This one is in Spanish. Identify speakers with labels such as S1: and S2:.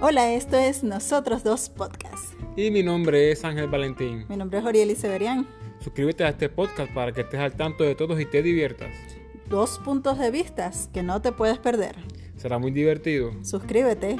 S1: Hola, esto es Nosotros Dos Podcast.
S2: Y mi nombre es Ángel Valentín.
S1: Mi nombre es Oriel Severian.
S2: Suscríbete a este podcast para que estés al tanto de todos y te diviertas.
S1: Dos puntos de vistas que no te puedes perder.
S2: Será muy divertido.
S1: Suscríbete.